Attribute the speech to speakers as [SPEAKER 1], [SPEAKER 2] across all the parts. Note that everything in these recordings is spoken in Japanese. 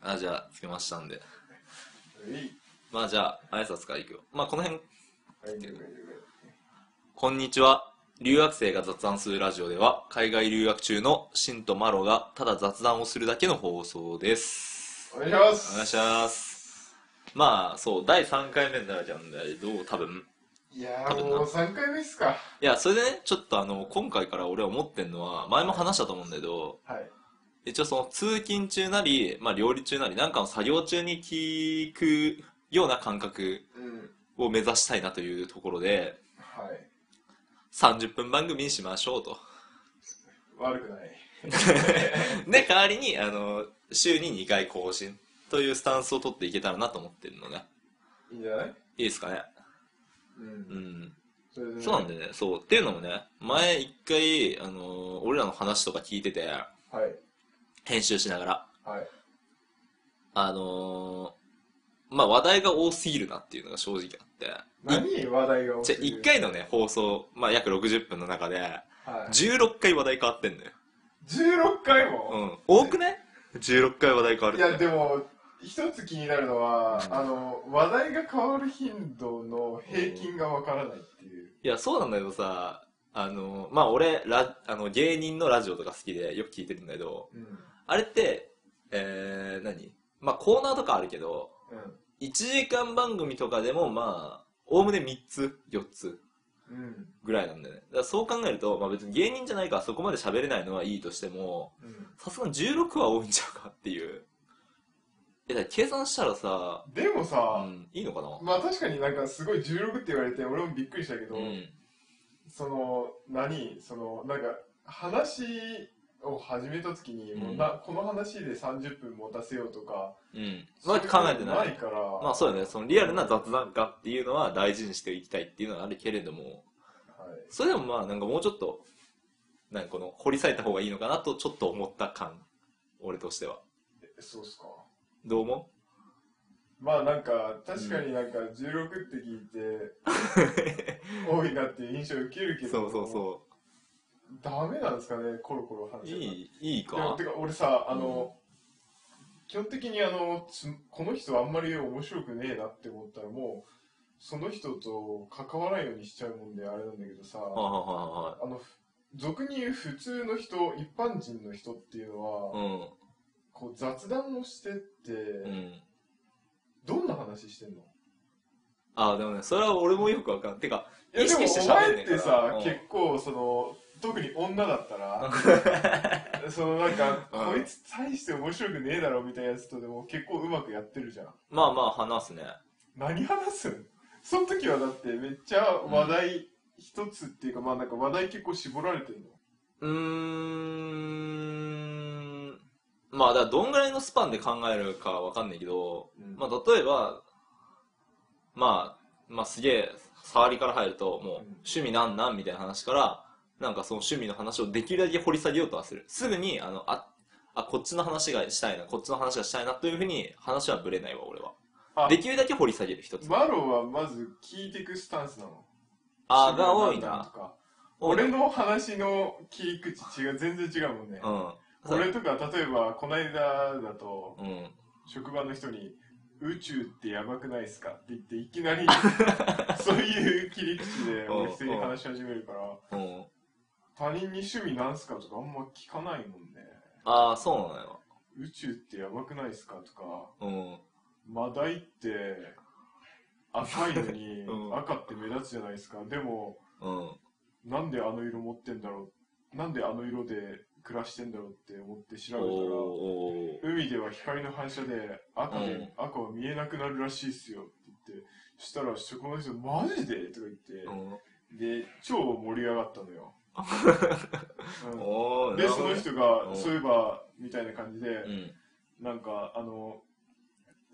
[SPEAKER 1] あ、じゃあ、つけましたんで。
[SPEAKER 2] い
[SPEAKER 1] まあじゃあ、挨拶からいくよ。まあこの辺、
[SPEAKER 2] はい了解了
[SPEAKER 1] こんにちは。留学生が雑談するラジオでは、海外留学中のシンとマロがただ雑談をするだけの放送です。
[SPEAKER 2] 解お願いします
[SPEAKER 1] お願いします。まあ、そう、第3回目になるじゃんだけど、多分。
[SPEAKER 2] いや
[SPEAKER 1] 多
[SPEAKER 2] ー
[SPEAKER 1] 分な
[SPEAKER 2] もう3回目っすか
[SPEAKER 1] いや、それでね、ちょっとあの、今回から俺は思ってんのは、前も話したと思うんだけど、
[SPEAKER 2] はい
[SPEAKER 1] 一応その通勤中なり、まあ料理中なり、なんかの作業中に聞くような感覚
[SPEAKER 2] うん
[SPEAKER 1] を目指したいなというところで、
[SPEAKER 2] はい
[SPEAKER 1] 30分番組にしましょう と。
[SPEAKER 2] 悪くない
[SPEAKER 1] で、代わりに、あの、週に2回更新というスタンスを取っていけたらなと思ってるのね。
[SPEAKER 2] いいんじゃない
[SPEAKER 1] いいですかね。
[SPEAKER 2] う
[SPEAKER 1] うんん。
[SPEAKER 2] それでね
[SPEAKER 1] そうなんだよね。そう。っていうのもね、前一回、あの、俺らの話とか聞いてて、
[SPEAKER 2] はい
[SPEAKER 1] 編集しながら、
[SPEAKER 2] はい
[SPEAKER 1] あのまあ、話題が多すぎるなっていうのが正直あって。
[SPEAKER 2] 何話題が多
[SPEAKER 1] じ
[SPEAKER 2] す
[SPEAKER 1] ゃ
[SPEAKER 2] ぎる
[SPEAKER 1] 1回のね、放送、まあ、約60分の中で、
[SPEAKER 2] はい
[SPEAKER 1] 16回話題変わってんのよ。
[SPEAKER 2] 16回
[SPEAKER 1] う
[SPEAKER 2] も
[SPEAKER 1] ん。多くね ?16 回話題変わる
[SPEAKER 2] い
[SPEAKER 1] って
[SPEAKER 2] やでも一つ気になるのは
[SPEAKER 1] うん
[SPEAKER 2] あの話題が変わる頻度の平均がわからないっていう
[SPEAKER 1] いや、そうなんだけどさ、あの、まあ、俺、ラ、あの、芸人のラジオとか好きでよく聞いてるんだけど、
[SPEAKER 2] うん
[SPEAKER 1] あれって、えー、何まあ、コーナーとかあるけど、1時間番組とかでも、まあ、おおむね3つ、4つ
[SPEAKER 2] うんうん
[SPEAKER 1] ぐらいなんだよね。だからそう考えると、まあ別に芸人じゃないからそこまで喋れないのはいいとしても、
[SPEAKER 2] うん
[SPEAKER 1] さすがに16は多いんちゃうかっていう。え、だから計算したらさ、
[SPEAKER 2] でも
[SPEAKER 1] う
[SPEAKER 2] さ
[SPEAKER 1] ん、いいのかな
[SPEAKER 2] まあ確かになんかすごい16って言われて俺もびっくりしたけど
[SPEAKER 1] うん。
[SPEAKER 2] その何そのなんか話を始めた時に、もう
[SPEAKER 1] うん
[SPEAKER 2] なこの話で30分持たせようとか
[SPEAKER 1] うん。ま
[SPEAKER 2] そう
[SPEAKER 1] あ
[SPEAKER 2] いう
[SPEAKER 1] 考えてない。
[SPEAKER 2] から、
[SPEAKER 1] まあそうだね、そのリアルな雑談化っていうのは大事にしていきたいっていうのはあるけれども、
[SPEAKER 2] はい、
[SPEAKER 1] それでもまあなんかもうちょっと、なんかこの掘り下げた方がいいのかなとちょっと思った感、俺としては。
[SPEAKER 2] えそうっすか
[SPEAKER 1] どう思
[SPEAKER 2] まあなんか確かになんか16って聞い て、多いなっていう印象を受けるけ
[SPEAKER 1] う
[SPEAKER 2] ど
[SPEAKER 1] そうそうそ
[SPEAKER 2] ダメなんですかねコロコロ話
[SPEAKER 1] う。
[SPEAKER 2] せ
[SPEAKER 1] い
[SPEAKER 2] ば
[SPEAKER 1] い、いい
[SPEAKER 2] いや
[SPEAKER 1] か
[SPEAKER 2] て。か俺さあの、基本的にあのつこの人あんまり面白くねえなって思ったらもうその人と関わらないようにしちゃうもんであれなんだけどさ
[SPEAKER 1] はいは
[SPEAKER 2] あのふ俗に言う普通の人一般人の人っていうのは、
[SPEAKER 1] いはいはい。
[SPEAKER 2] こう雑談をしてって、
[SPEAKER 1] うん。うん。
[SPEAKER 2] どんな話してんの
[SPEAKER 1] ああ、でもね、それは俺もよくわかん。てか、
[SPEAKER 2] いや
[SPEAKER 1] 意
[SPEAKER 2] でも
[SPEAKER 1] 識して喋
[SPEAKER 2] お
[SPEAKER 1] ん
[SPEAKER 2] 前
[SPEAKER 1] ね
[SPEAKER 2] っ
[SPEAKER 1] え
[SPEAKER 2] て
[SPEAKER 1] から
[SPEAKER 2] さ、
[SPEAKER 1] うん
[SPEAKER 2] 結構その特に女だったらそのなんか、
[SPEAKER 1] うん
[SPEAKER 2] こいつ大して面白くねえだろみたいなやつとでも結構うまくやってるじゃん
[SPEAKER 1] まあまあ話すね。
[SPEAKER 2] 何話すんその時はだってめっちゃ話題一つっていうか、まあなんか話題結構絞られてるの
[SPEAKER 1] うーん。まあ、だからどんぐらいのスパンで考えるかわかんないけど、
[SPEAKER 2] うん
[SPEAKER 1] まあ、例えば、まあ、まあ、すげえ、触りから入ると、もう
[SPEAKER 2] うん、
[SPEAKER 1] 趣味なんなんみたいな話から、なんかその趣味の話をできるだけ掘り下げようとはする。すぐに、あの、あ、あ、こっちの話がしたいな、こっちの話がしたいなというふうに話はぶれないわ、俺は。
[SPEAKER 2] あ
[SPEAKER 1] できるだけ掘り下げる一つ。
[SPEAKER 2] マロはまず聞いてくスタンスなの
[SPEAKER 1] あーが多い
[SPEAKER 2] なんだ
[SPEAKER 1] な。
[SPEAKER 2] とか
[SPEAKER 1] 多い
[SPEAKER 2] 俺の話の切り口違う全然違うもんね、
[SPEAKER 1] うん。
[SPEAKER 2] 俺とか例えばこの間だと
[SPEAKER 1] うん。
[SPEAKER 2] 職場の人に「宇宙ってやばくないですか?」って言っていき なりそういう切り口で俺普通に話し始めるから
[SPEAKER 1] うん。
[SPEAKER 2] 他人に趣味なんすかとかあんま聞かないもんね
[SPEAKER 1] ああ、そうなのよ。
[SPEAKER 2] 宇宙ってやばくないですかとか
[SPEAKER 1] うん。
[SPEAKER 2] マダイって赤いのに
[SPEAKER 1] うん
[SPEAKER 2] 赤って目立つじゃないですか、でも
[SPEAKER 1] うん。
[SPEAKER 2] なんであの色持ってんだろうなんであの色で暮らしてんだろうって思って調べ
[SPEAKER 1] おー
[SPEAKER 2] たら海では光の反射で赤で、
[SPEAKER 1] うん
[SPEAKER 2] 赤は見えなくなるらしいっすよって言ってそしたら職場の人マジでとか言
[SPEAKER 1] う
[SPEAKER 2] って、
[SPEAKER 1] ん
[SPEAKER 2] で超盛り上がった のよ、うん
[SPEAKER 1] おー
[SPEAKER 2] でその人が、
[SPEAKER 1] うん
[SPEAKER 2] そういえばみたいな感じで、
[SPEAKER 1] うん
[SPEAKER 2] なんかあの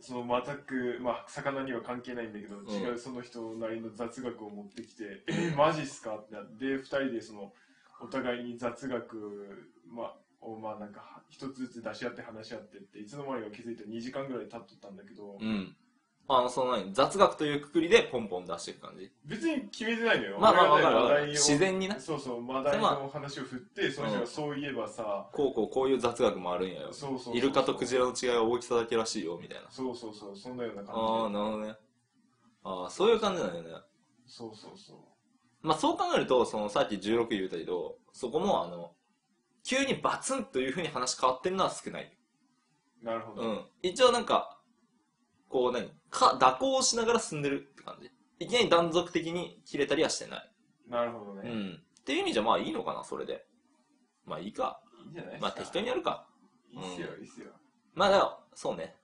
[SPEAKER 2] その全く、まあ、魚には関係ないんだけど、
[SPEAKER 1] ん
[SPEAKER 2] 違うその人なりの雑学を持ってきて「えーマジっすか?」ってなって2人でそのお互いに雑学、まあ、をまあなんか一つずつ出し合って話し合ってっていつの間にか気づいて2時間ぐらい経っとったんだけ
[SPEAKER 1] う
[SPEAKER 2] ど、
[SPEAKER 1] んあの、その何、雑学というくくりでポンポン出していく感じ。
[SPEAKER 2] 別に決めてないのよ。
[SPEAKER 1] まあまあ
[SPEAKER 2] 俺が
[SPEAKER 1] わかるわか
[SPEAKER 2] ね
[SPEAKER 1] る
[SPEAKER 2] 話題を
[SPEAKER 1] 自然にな
[SPEAKER 2] そうそう、話題の話を振って、その人がそういえばさ、
[SPEAKER 1] こうこうこういう雑学もあるんやよ。
[SPEAKER 2] そうそうそう
[SPEAKER 1] イルカとクジラの違いは大きさだけらしいよ、みたいな。
[SPEAKER 2] そうそうそう、そんなような感じで。
[SPEAKER 1] ああ、なるほどね。ああ、そういう感じなんだよね。
[SPEAKER 2] そうそうそう。
[SPEAKER 1] まあそう考えると、そのさっき16言ったけど、そこもあの、急にバツンというふうに話変わってるのは少ない。
[SPEAKER 2] なるほど。
[SPEAKER 1] うん。一応なんか、こう何か、蛇行をしながら進んでるって感じ。いきなり断続的に切れたりはしてない。
[SPEAKER 2] なるほど
[SPEAKER 1] う
[SPEAKER 2] ね。
[SPEAKER 1] ん。っていう意味じゃまあいいのかな、それで。まあいいか。
[SPEAKER 2] いいんじゃないですか。
[SPEAKER 1] まあ適当にやるか。
[SPEAKER 2] いいっすよ、いいっすよ。
[SPEAKER 1] まあだからそうね。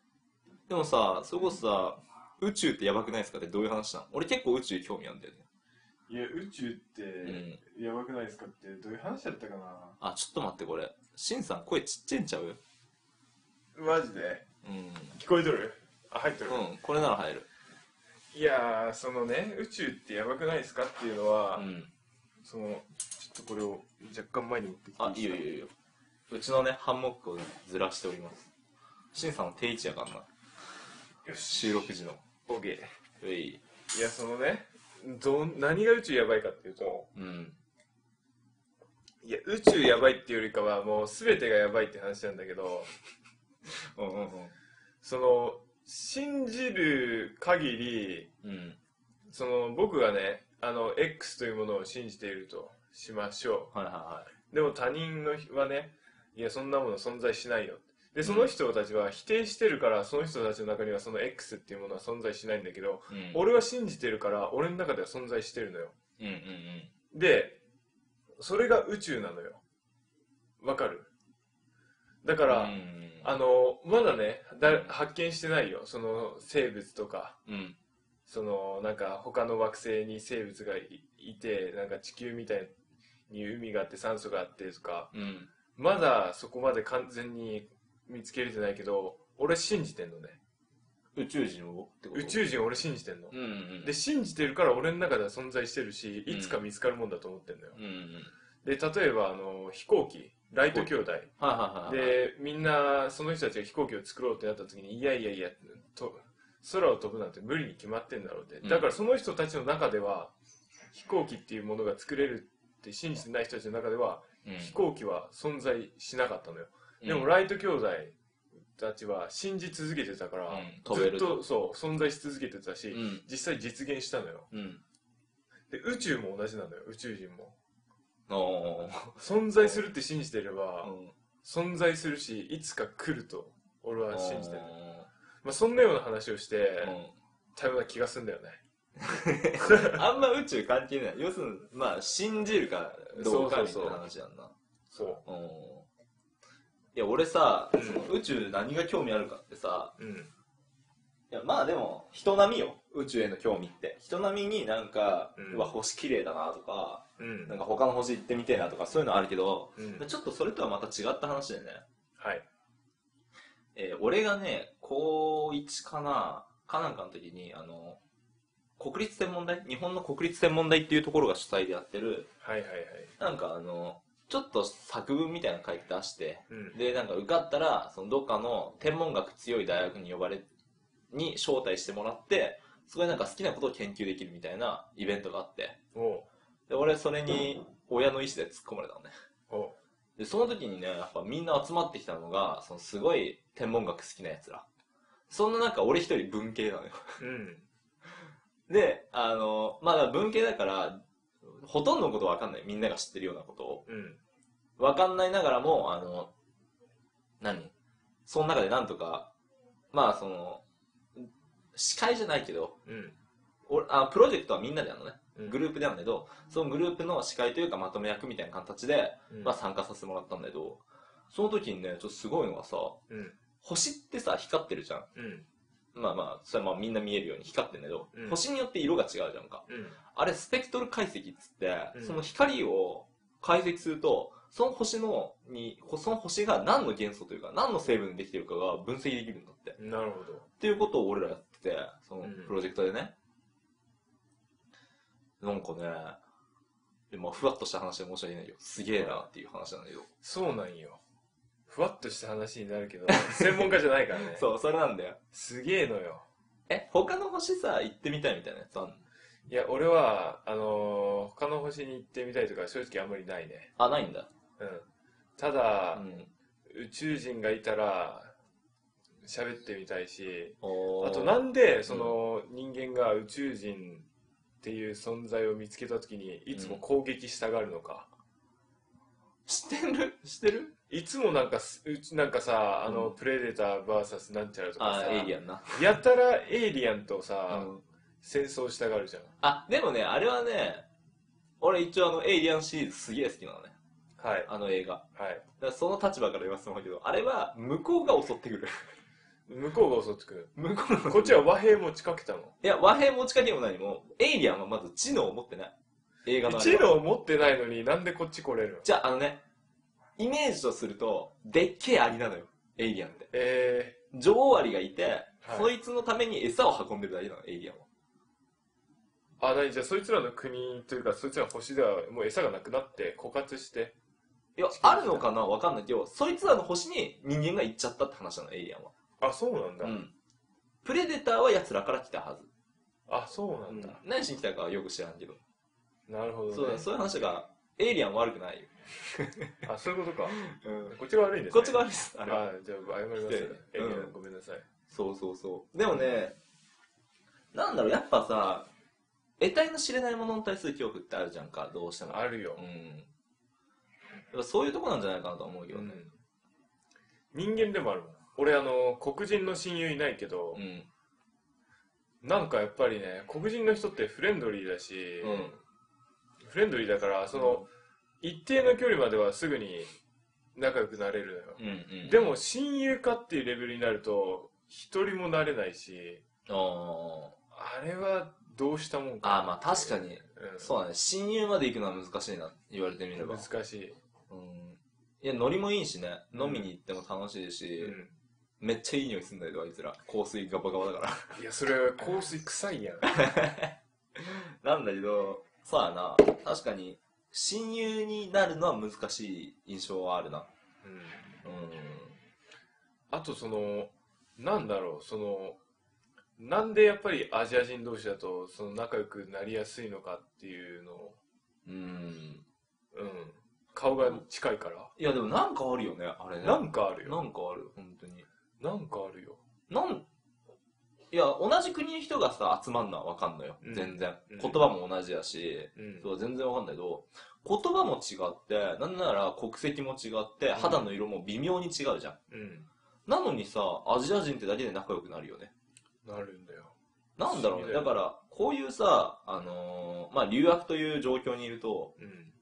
[SPEAKER 1] でもさ、それこそさ、宇宙ってやばくないですかってどういう話なの俺結構宇宙興味あるんだよね。
[SPEAKER 2] いや、宇宙っ
[SPEAKER 1] ん
[SPEAKER 2] て、やばくないですかって、どういう話だったかな
[SPEAKER 1] あ、ちょっと待ってこれ。しんさん声ちっちゃいんちゃう
[SPEAKER 2] マジで
[SPEAKER 1] うん。
[SPEAKER 2] 聞こえとるあ、入っとる、
[SPEAKER 1] うん、これなら入る。
[SPEAKER 2] いやー、そのね、宇宙ってやばくないですかっていうのは、
[SPEAKER 1] うん。
[SPEAKER 2] その、ちょっとこれを若干前に持ってきて
[SPEAKER 1] あ、いいよいいよいいよ。うちのね、ハンモックをずらしております。しんさんの定位置やからな。
[SPEAKER 2] よし。
[SPEAKER 1] 収録時の。
[SPEAKER 2] OK。い
[SPEAKER 1] えい。
[SPEAKER 2] や、そのね、どん、何が宇宙やばいかっていうと、
[SPEAKER 1] うん。
[SPEAKER 2] いや、宇宙やばいっていうよりかは、もう全てがやばいって話なんだけど、
[SPEAKER 1] うんうん
[SPEAKER 2] その、信じる限り、
[SPEAKER 1] うん。うん。
[SPEAKER 2] その、僕がね、あの、X というものを信じているとしましょ
[SPEAKER 1] はいはいは
[SPEAKER 2] う。でも他人のはね、いや、そんなもの存在しないよ。で、その人たちは否定してるから、その人たちの中にはその X っていうものは存在しないんだけど、
[SPEAKER 1] い。うん。
[SPEAKER 2] 俺は信じてるから、俺の中では存在してるのよ。
[SPEAKER 1] うんうんうん。
[SPEAKER 2] で、それが宇宙なのよ。わかるだ
[SPEAKER 1] か
[SPEAKER 2] か、
[SPEAKER 1] らうん。
[SPEAKER 2] あの、まだね、だ発見してないよ。その生物とか、
[SPEAKER 1] うん。
[SPEAKER 2] そのなんか他の惑星に生物がいいて、なんか地球みたいに海があって酸素があってとか、
[SPEAKER 1] うん。
[SPEAKER 2] まだそこまで完全に見つけれてないけど、俺信じてんのね。
[SPEAKER 1] 宇宙人をってこと
[SPEAKER 2] 宇宙人俺信じてんの。
[SPEAKER 1] うんうん。
[SPEAKER 2] で、信じてるから俺の中では存在してるし、
[SPEAKER 1] うん
[SPEAKER 2] いつか見つかるもんだと思ってんのよ。
[SPEAKER 1] うんうん。
[SPEAKER 2] で、例えばあの飛行機、ライト兄弟。
[SPEAKER 1] はいはいはいはい。
[SPEAKER 2] で、みんな、その人たちが飛行機を作ろうってなった時に、いやいやいや、と空を飛ぶなんて無理に決まってんだろうって。だからその人たちの中では、飛行機っていうものが作れるって信じてない人たちの中では、
[SPEAKER 1] うん、
[SPEAKER 2] 飛行機は存在しなかったのよ。でも、
[SPEAKER 1] ラ
[SPEAKER 2] ライト兄弟たちは信じ続けてたから、
[SPEAKER 1] うん飛
[SPEAKER 2] ず
[SPEAKER 1] べ
[SPEAKER 2] っ
[SPEAKER 1] る
[SPEAKER 2] と
[SPEAKER 1] と
[SPEAKER 2] そう、存在し続けてたし、
[SPEAKER 1] うん。
[SPEAKER 2] 実際実現したのよ。
[SPEAKER 1] うん。
[SPEAKER 2] で、宇宙も同じなのよ、宇宙人も。
[SPEAKER 1] おー
[SPEAKER 2] 存在するって信じてれば、
[SPEAKER 1] うん
[SPEAKER 2] 存在するし、いつか来ると、俺は信じてる。
[SPEAKER 1] う
[SPEAKER 2] まあ、そんなような話をして
[SPEAKER 1] ん
[SPEAKER 2] たような気がするんだよね。
[SPEAKER 1] うんあんま宇宙関係ない。要するに、まあ、信じるかどうかみたいな話やんな。
[SPEAKER 2] そ
[SPEAKER 1] うんいや、俺さ、その宇宙何が興味あるかってさ、
[SPEAKER 2] う。うん。
[SPEAKER 1] いや、まあでも、人並みよ。宇宙への興味って。人並みになんか、
[SPEAKER 2] うん
[SPEAKER 1] うわ、星綺麗だなとか、
[SPEAKER 2] うん。
[SPEAKER 1] なんか他の星行ってみてえなとか、そういうのあるけど、
[SPEAKER 2] うん。
[SPEAKER 1] ちょっとそれとはまた違った話でね。
[SPEAKER 2] はい。
[SPEAKER 1] えー俺がね、高1かな、かなんかの時に、あの、国立天文台日本の国立天文台っていうところが主催でやってる、
[SPEAKER 2] はいはいはい。
[SPEAKER 1] なんかあの、ちょっと作文みたいなの書いて出して、
[SPEAKER 2] うん。
[SPEAKER 1] で、なんか受かったら、そのどっかの天文学強い大学に呼ばれ、に招待してもらって、そこでなんか好きなことを研究できるみたいなイベントがあって、
[SPEAKER 2] おう
[SPEAKER 1] で、俺それに親の意思で突っ込まれたのね。
[SPEAKER 2] おう
[SPEAKER 1] で、その時にね、やっぱみんな集まってきたのが、そのすごい天文学好きな奴ら。そんな中、俺一人文系なのよ。
[SPEAKER 2] うん。
[SPEAKER 1] で、あの、まあだから文系だから、ほとんどのことわかんない。みんなが知ってるようなことを。
[SPEAKER 2] うん。
[SPEAKER 1] わかんないながらも、あの、何その中でなんとか、まあその、司会じゃないけど、
[SPEAKER 2] うん。
[SPEAKER 1] 俺あプロジェクトはみんなでやるのね。
[SPEAKER 2] うん
[SPEAKER 1] グループでやるんだけど、そのグループの司会というかまとめ役みたいな形で、
[SPEAKER 2] うん
[SPEAKER 1] まあ参加させてもらったんだけど、その時にね、ちょっとすごいのがさ、
[SPEAKER 2] うん。
[SPEAKER 1] 星ってさ、光ってるじゃん。
[SPEAKER 2] うん。
[SPEAKER 1] まあまあ、それはまあみんな見えるように光ってんだけど、
[SPEAKER 2] うん
[SPEAKER 1] 星によって色が違うじゃんか。
[SPEAKER 2] うん。
[SPEAKER 1] あれ、スペクトル解析っつって、
[SPEAKER 2] うん
[SPEAKER 1] その光を解析すると、その星のに、その星が何の元素というか、何の成分でできてるかが分析できるんだって。
[SPEAKER 2] なるほど。
[SPEAKER 1] っていうことを俺らやってて、その
[SPEAKER 2] うん
[SPEAKER 1] プロジェクトでね。なんかね、でまあ、ふわっとした話で申し訳ないけど、すげえなっていう話なんだけど。
[SPEAKER 2] そうなんよ。 ふわっとした話になるけど、専門家じゃないからね。う。
[SPEAKER 1] そう、それなんだよ。
[SPEAKER 2] すげえのよ。
[SPEAKER 1] え、他の星さ、行ってみたいみたいなやつあんの
[SPEAKER 2] いや、俺は、あのー他の星に行ってみたいとか正直あんまりないね。
[SPEAKER 1] あ、ないんだ。
[SPEAKER 2] うん。た
[SPEAKER 1] う
[SPEAKER 2] だ、
[SPEAKER 1] ん。
[SPEAKER 2] 宇宙人がいたら、喋ってみたいし、
[SPEAKER 1] おー
[SPEAKER 2] あとなんで、その、人間が宇宙人っていう存在を見つけた時に、いつも攻撃したがるのか。
[SPEAKER 1] 知ってる知ってる
[SPEAKER 2] いつもなんかす、うちなんかさ、あの、
[SPEAKER 1] うん
[SPEAKER 2] プレデター VS なんちゃらとか
[SPEAKER 1] あ
[SPEAKER 2] さ、、
[SPEAKER 1] エイリアンな。
[SPEAKER 2] やたらエイリアンとさ、
[SPEAKER 1] うん
[SPEAKER 2] 戦争したがるじゃん。
[SPEAKER 1] あ、でもね、あれはね、俺一応あの、エイリアンシリーズすげえ好きなのね。
[SPEAKER 2] はい。
[SPEAKER 1] あの映画。
[SPEAKER 2] は
[SPEAKER 1] だ
[SPEAKER 2] い。
[SPEAKER 1] からその立場から言わせてもらうけど、あれは向こうが襲ってくる。
[SPEAKER 2] 向こうが襲ってくる。
[SPEAKER 1] 向こうの
[SPEAKER 2] こっちは和平持ちかけたの。
[SPEAKER 1] いや、和平持ちかけも何も、エイリアンはまず知能を持ってない。映画のあれ
[SPEAKER 2] 知
[SPEAKER 1] は
[SPEAKER 2] 能を持ってないのになんでこっち来れるの
[SPEAKER 1] じゃあ、あのね、イメージとすると、でっけえアリなのよ、エイリアンって。
[SPEAKER 2] え
[SPEAKER 1] 女王アリがいて、
[SPEAKER 2] はい
[SPEAKER 1] そいつのために餌を運んでるだけなの、エイリアンは。
[SPEAKER 2] ー、あ、なにじゃあそいつらの国というかそいつらの星ではもう餌がなくなって枯渇して。
[SPEAKER 1] いや
[SPEAKER 2] 地球、上
[SPEAKER 1] あるのかなわかんないけど、そいつらの星に人間が行っちゃったって話なの、エイリアンは。
[SPEAKER 2] あ、そうなんだ。
[SPEAKER 1] うん。プレデターは奴らから来たはず。
[SPEAKER 2] あ、そうな
[SPEAKER 1] うんん
[SPEAKER 2] だ。
[SPEAKER 1] 何しに来たかはよく知らんけど。
[SPEAKER 2] なるほどね。
[SPEAKER 1] そうだ、そういう話が、エイリアン悪くないよ。
[SPEAKER 2] あ、そういうことか。
[SPEAKER 1] うん。
[SPEAKER 2] こっちが悪いんです
[SPEAKER 1] こ
[SPEAKER 2] ね。
[SPEAKER 1] っちが悪いです、あれは。
[SPEAKER 2] あ、じゃあ謝ります、ね。
[SPEAKER 1] う
[SPEAKER 2] え
[SPEAKER 1] ん
[SPEAKER 2] えごめんなさい。
[SPEAKER 1] そうそうそう。でもね、なんだろう、やっぱさ、得体の知れないものに対する恐怖ってあるじゃんか、どうしても。
[SPEAKER 2] あるよ
[SPEAKER 1] う。ん。やっぱそういうとこなんじゃないかなと思うけどね。
[SPEAKER 2] 人間でもあるもん。俺あの、黒人の親友いないけど
[SPEAKER 1] う、ん。
[SPEAKER 2] なんかやっぱりね、黒人の人ってフレンドリーだし、
[SPEAKER 1] うん
[SPEAKER 2] フレンドリーだから、その、一定の距離まではすぐに仲良くなれるのよ。
[SPEAKER 1] うんうん。
[SPEAKER 2] でも親友かっていうレベルになると、一人もなれないし、
[SPEAKER 1] も、
[SPEAKER 2] あれはどうしたもんか
[SPEAKER 1] ああ、まあ確か
[SPEAKER 2] に。
[SPEAKER 1] に、
[SPEAKER 2] うん、
[SPEAKER 1] そうだね、親友まで行くのは難しいな、言われてみれば。
[SPEAKER 2] 難しい。
[SPEAKER 1] うん。いや、ノリもいいしね、飲みに行っても楽しいし、
[SPEAKER 2] うん
[SPEAKER 1] めっちゃいい匂いすんだけど、あいつら。香水ガバガバだから。
[SPEAKER 2] いや、それ香水臭 いやん。
[SPEAKER 1] なんだけど、そうやな、確かに、親友になるのは難しい印象はあるな。
[SPEAKER 2] うん
[SPEAKER 1] うん。
[SPEAKER 2] あとその、なんだろう、その、なんでやっぱりアジア人同士だとその仲良くなりやすいのかっていうのを、
[SPEAKER 1] うん。
[SPEAKER 2] うん、顔が近いから。
[SPEAKER 1] いや、でもなんかあるよね、あれね。
[SPEAKER 2] なんかある
[SPEAKER 1] な
[SPEAKER 2] よ。
[SPEAKER 1] んかある、本当に。
[SPEAKER 2] なんかあるよ。
[SPEAKER 1] なん、いや、同じ国の人がさ、集まるのはわかんのよ
[SPEAKER 2] う。ん
[SPEAKER 1] 全然。
[SPEAKER 2] うん
[SPEAKER 1] 言葉も同じやし、
[SPEAKER 2] うん。
[SPEAKER 1] そう、全然わかんないけど、言葉も違って、なんなら国籍も違って、肌の色も微妙に違うじゃん。
[SPEAKER 2] うん。
[SPEAKER 1] なのにさ、アジア人ってだけで仲良くなるよね。
[SPEAKER 2] なるんだよ。
[SPEAKER 1] なんだろう
[SPEAKER 2] 不思議
[SPEAKER 1] ね。
[SPEAKER 2] だ
[SPEAKER 1] だ
[SPEAKER 2] よ
[SPEAKER 1] から、こういうさ、あのーまあ、留学という状況にいると、
[SPEAKER 2] うん。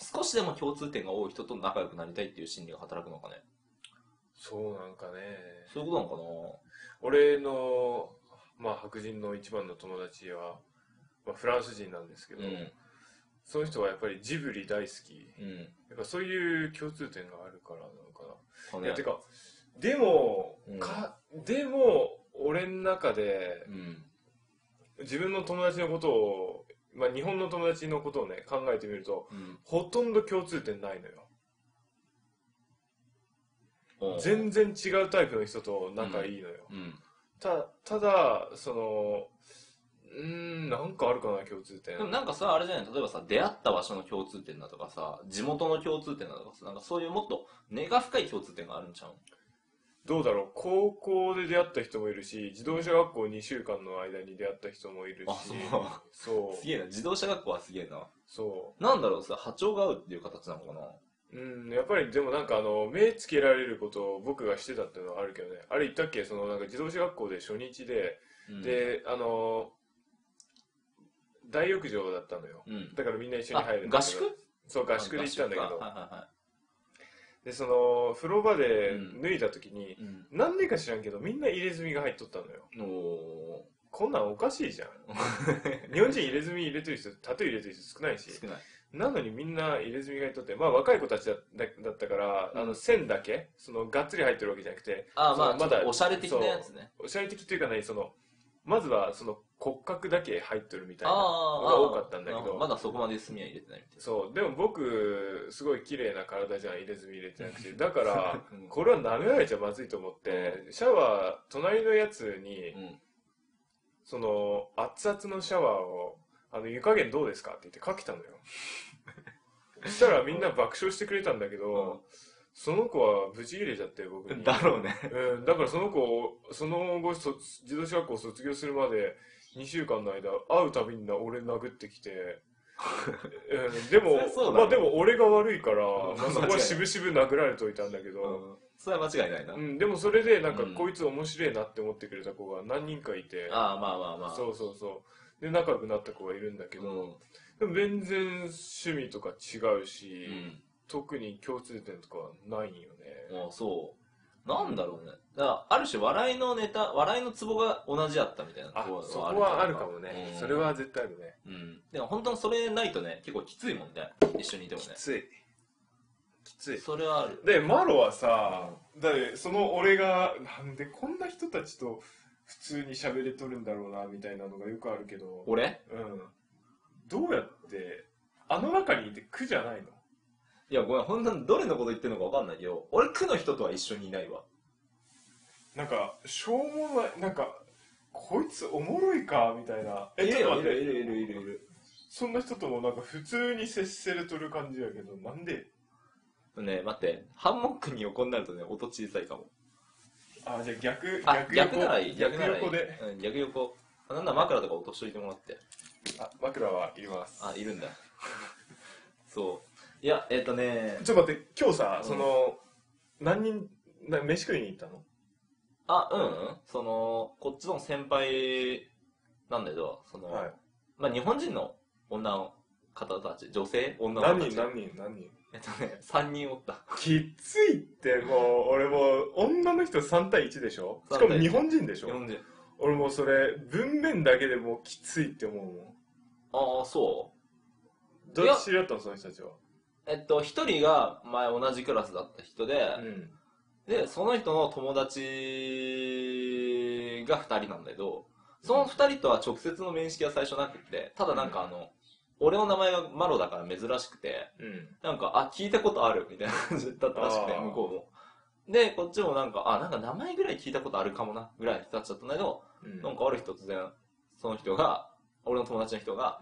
[SPEAKER 1] 少しでも共通点が多い人と仲良くなりたいっていう心理が働くのかね。
[SPEAKER 2] そうなんかね。
[SPEAKER 1] そういうことなの
[SPEAKER 2] 俺の、まあ白人の一番の友達は、まあフランス人なんですけど、
[SPEAKER 1] かな
[SPEAKER 2] その人はやっぱりジブリ大好き。
[SPEAKER 1] うん。うん。
[SPEAKER 2] やっぱそういう共通点があるからなのかな。
[SPEAKER 1] こ
[SPEAKER 2] いや、て
[SPEAKER 1] ね、
[SPEAKER 2] か、でも、
[SPEAKER 1] うん
[SPEAKER 2] か、でも、俺の中で
[SPEAKER 1] う、ん。
[SPEAKER 2] 自分の友達のことを、まあ、日本の友達のことをね、考えてみると、
[SPEAKER 1] うん。
[SPEAKER 2] ほとんど共通点ないのよ。
[SPEAKER 1] おう
[SPEAKER 2] 全然違うタイプの人と仲いいのよ。
[SPEAKER 1] うん。
[SPEAKER 2] た、ただ、その、うーん、なんかあるかな、共通点。
[SPEAKER 1] でもなんかさ、あれじゃない例えばさ、出会った場所の共通点だとかさ、地元の共通点だとかさ、なんかそういうもっと根が深い共通点があるんちゃう
[SPEAKER 2] どうだろう、高校で出会った人もいるし、自動車学校2週間の間に出会った人もいるし、
[SPEAKER 1] あ、そう。
[SPEAKER 2] そ
[SPEAKER 1] す
[SPEAKER 2] う、
[SPEAKER 1] げえな。自動車学校はすげえな。
[SPEAKER 2] そう。
[SPEAKER 1] なんだろうさ、波長が合うっていう形なのかな
[SPEAKER 2] うん、やっぱりでもなんかあの目つけられることを僕がしてたっていうのはあるけどねあれ言ったっけそのなんか自動車学校で初日で、
[SPEAKER 1] うん、
[SPEAKER 2] であの大浴場だったのよ
[SPEAKER 1] うん。
[SPEAKER 2] だからみんな一緒に
[SPEAKER 1] あ
[SPEAKER 2] 入るん、だ
[SPEAKER 1] 合
[SPEAKER 2] けど
[SPEAKER 1] 宿
[SPEAKER 2] そう合宿で行ったんだけ
[SPEAKER 1] 合宿
[SPEAKER 2] ど
[SPEAKER 1] かはいはいは
[SPEAKER 2] でその風呂場で
[SPEAKER 1] うん
[SPEAKER 2] 脱いだ時に
[SPEAKER 1] い。うん。
[SPEAKER 2] なんでか知らんけどみんな入れ墨が入っとったのよ
[SPEAKER 1] お
[SPEAKER 2] こんなんおかしいじゃ ん日本人入れ墨入れてる人タトゥー入れてる人少ないし
[SPEAKER 1] ー少ない。
[SPEAKER 2] なのにみんな入れ墨がいとって、まあ若い子たちだだだったから、
[SPEAKER 1] うん
[SPEAKER 2] あの線だけ、そのがっつり入ってるわけじゃなくて、
[SPEAKER 1] あー、まあ、
[SPEAKER 2] そう
[SPEAKER 1] ま
[SPEAKER 2] まだ
[SPEAKER 1] だおしゃれ的なやつね。
[SPEAKER 2] おしゃれ的というかね、その、まずはその骨格だけ入ってるみたいな
[SPEAKER 1] あ
[SPEAKER 2] の
[SPEAKER 1] ーあ
[SPEAKER 2] が
[SPEAKER 1] ー、
[SPEAKER 2] 多かったんだけ
[SPEAKER 1] あー
[SPEAKER 2] ど、
[SPEAKER 1] まだそこまで墨は入れてないみ
[SPEAKER 2] そう、でも僕、すごい綺麗な体じゃん、入れ墨入れてな くて、だから、
[SPEAKER 1] うん
[SPEAKER 2] これは舐められちゃまずいと思って、シャワー、隣のやつに
[SPEAKER 1] たいな。うん。
[SPEAKER 2] その熱々のシャワーをあの湯加減どうですかって言ってかけたの よそしたらみんな爆笑してくれたんだけど、
[SPEAKER 1] うん
[SPEAKER 2] その子は無事入れちゃって 僕に
[SPEAKER 1] だろ うね。
[SPEAKER 2] うん、だからその子をその後そ自動小学校を卒業するまで2週間の間会うたびにな俺殴ってきて、 うん、でも
[SPEAKER 1] そりゃそうだね
[SPEAKER 2] まあでも俺が悪いから、
[SPEAKER 1] ん
[SPEAKER 2] まあ、
[SPEAKER 1] 間違
[SPEAKER 2] そこ
[SPEAKER 1] いな
[SPEAKER 2] はいしぶしぶ殴られといたんだけ
[SPEAKER 1] う
[SPEAKER 2] ど、
[SPEAKER 1] ん。それは間違いないな。
[SPEAKER 2] うんでもそれでなんか
[SPEAKER 1] うん
[SPEAKER 2] こいつ面白いなって思ってくれた子が何人かいて、
[SPEAKER 1] ああ、まあまあまあ。
[SPEAKER 2] そうそうそうで仲良くなった子がいるんだけ
[SPEAKER 1] う
[SPEAKER 2] ど、
[SPEAKER 1] ん。
[SPEAKER 2] でも全然趣味とか違うし、
[SPEAKER 1] うん。
[SPEAKER 2] 特に共通点とかはないよね、
[SPEAKER 1] もうそう。なんだろうね。だから、ある種笑いのネタ、笑いのツボが同じだったみたいな
[SPEAKER 2] あ
[SPEAKER 1] とろは
[SPEAKER 2] そこはあるかもね、
[SPEAKER 1] うん
[SPEAKER 2] それは絶対あるね
[SPEAKER 1] うん。でも本当にそれないとね、結構きついもんね。一緒にいてもね。
[SPEAKER 2] きついきつい
[SPEAKER 1] それはある。
[SPEAKER 2] でマロはさだってその俺がなんでこんな人たちと普通に喋れとるんだろうなみたいなのがよくあるけど、
[SPEAKER 1] 俺
[SPEAKER 2] うん、どうやってあの中にいて苦じゃないの
[SPEAKER 1] いや、ごめん。本当にどれのこと言ってるのかわかんないけど、俺、区の人とは一緒にいないわ。
[SPEAKER 2] なんかしょうもないなんかこいつおもろいかみたいなえちょっと待って
[SPEAKER 1] いるいるいるいる。
[SPEAKER 2] そんな人ともなんか普通に接せれとる感じやけどなんで
[SPEAKER 1] ね待って。ハンモックに横になるとね、音小さいかも。
[SPEAKER 2] あじゃあ逆
[SPEAKER 1] あ、逆ならいい。
[SPEAKER 2] 逆
[SPEAKER 1] ならいい
[SPEAKER 2] 横で。
[SPEAKER 1] うん、逆横。あなんだ、枕とか落としといてもらって。
[SPEAKER 2] あ枕はいります
[SPEAKER 1] あ、い るんだ。そう。いや、えっ、とね、
[SPEAKER 2] ちょっと待って、今日さ、
[SPEAKER 1] うん
[SPEAKER 2] その、何人、な飯食いに行ったの
[SPEAKER 1] あ、うん、うん、その、こっちの先輩なんだけど、その、
[SPEAKER 2] はい
[SPEAKER 1] まあ、日本人の女の方たち、女性女の方
[SPEAKER 2] 何
[SPEAKER 1] たち。
[SPEAKER 2] 人何人何人
[SPEAKER 1] えっとね、3人おった。
[SPEAKER 2] きついって、もう、 俺もう、女の人3対1でしょし
[SPEAKER 1] 3対
[SPEAKER 2] か
[SPEAKER 1] 1
[SPEAKER 2] も日本人でしょ
[SPEAKER 1] 40。
[SPEAKER 2] 俺もうそれ、文面だけでもうきついって思うも
[SPEAKER 1] ああ、そ
[SPEAKER 2] ん。ど
[SPEAKER 1] いうや
[SPEAKER 2] 知り合ったのその人たちは。
[SPEAKER 1] う。えっと、1人が前同じクラスだった人で、
[SPEAKER 2] うん。
[SPEAKER 1] で、その人の友達が2人なんだけど、その2人とは直接の面識は最初なくて、ただなんかあの、俺の名前がマロだから珍しくて、
[SPEAKER 2] うん。
[SPEAKER 1] なんか、あ、聞いたことあるみたいな 感じだったらしくて、
[SPEAKER 2] あー
[SPEAKER 1] 向こうも。で、こっちもなんか、あ、なんか名前ぐらい聞いたことあるかもな、ぐらいの人たちだったんだけど、
[SPEAKER 2] うん。
[SPEAKER 1] なんかある日突然、その人が、俺の友達の人が、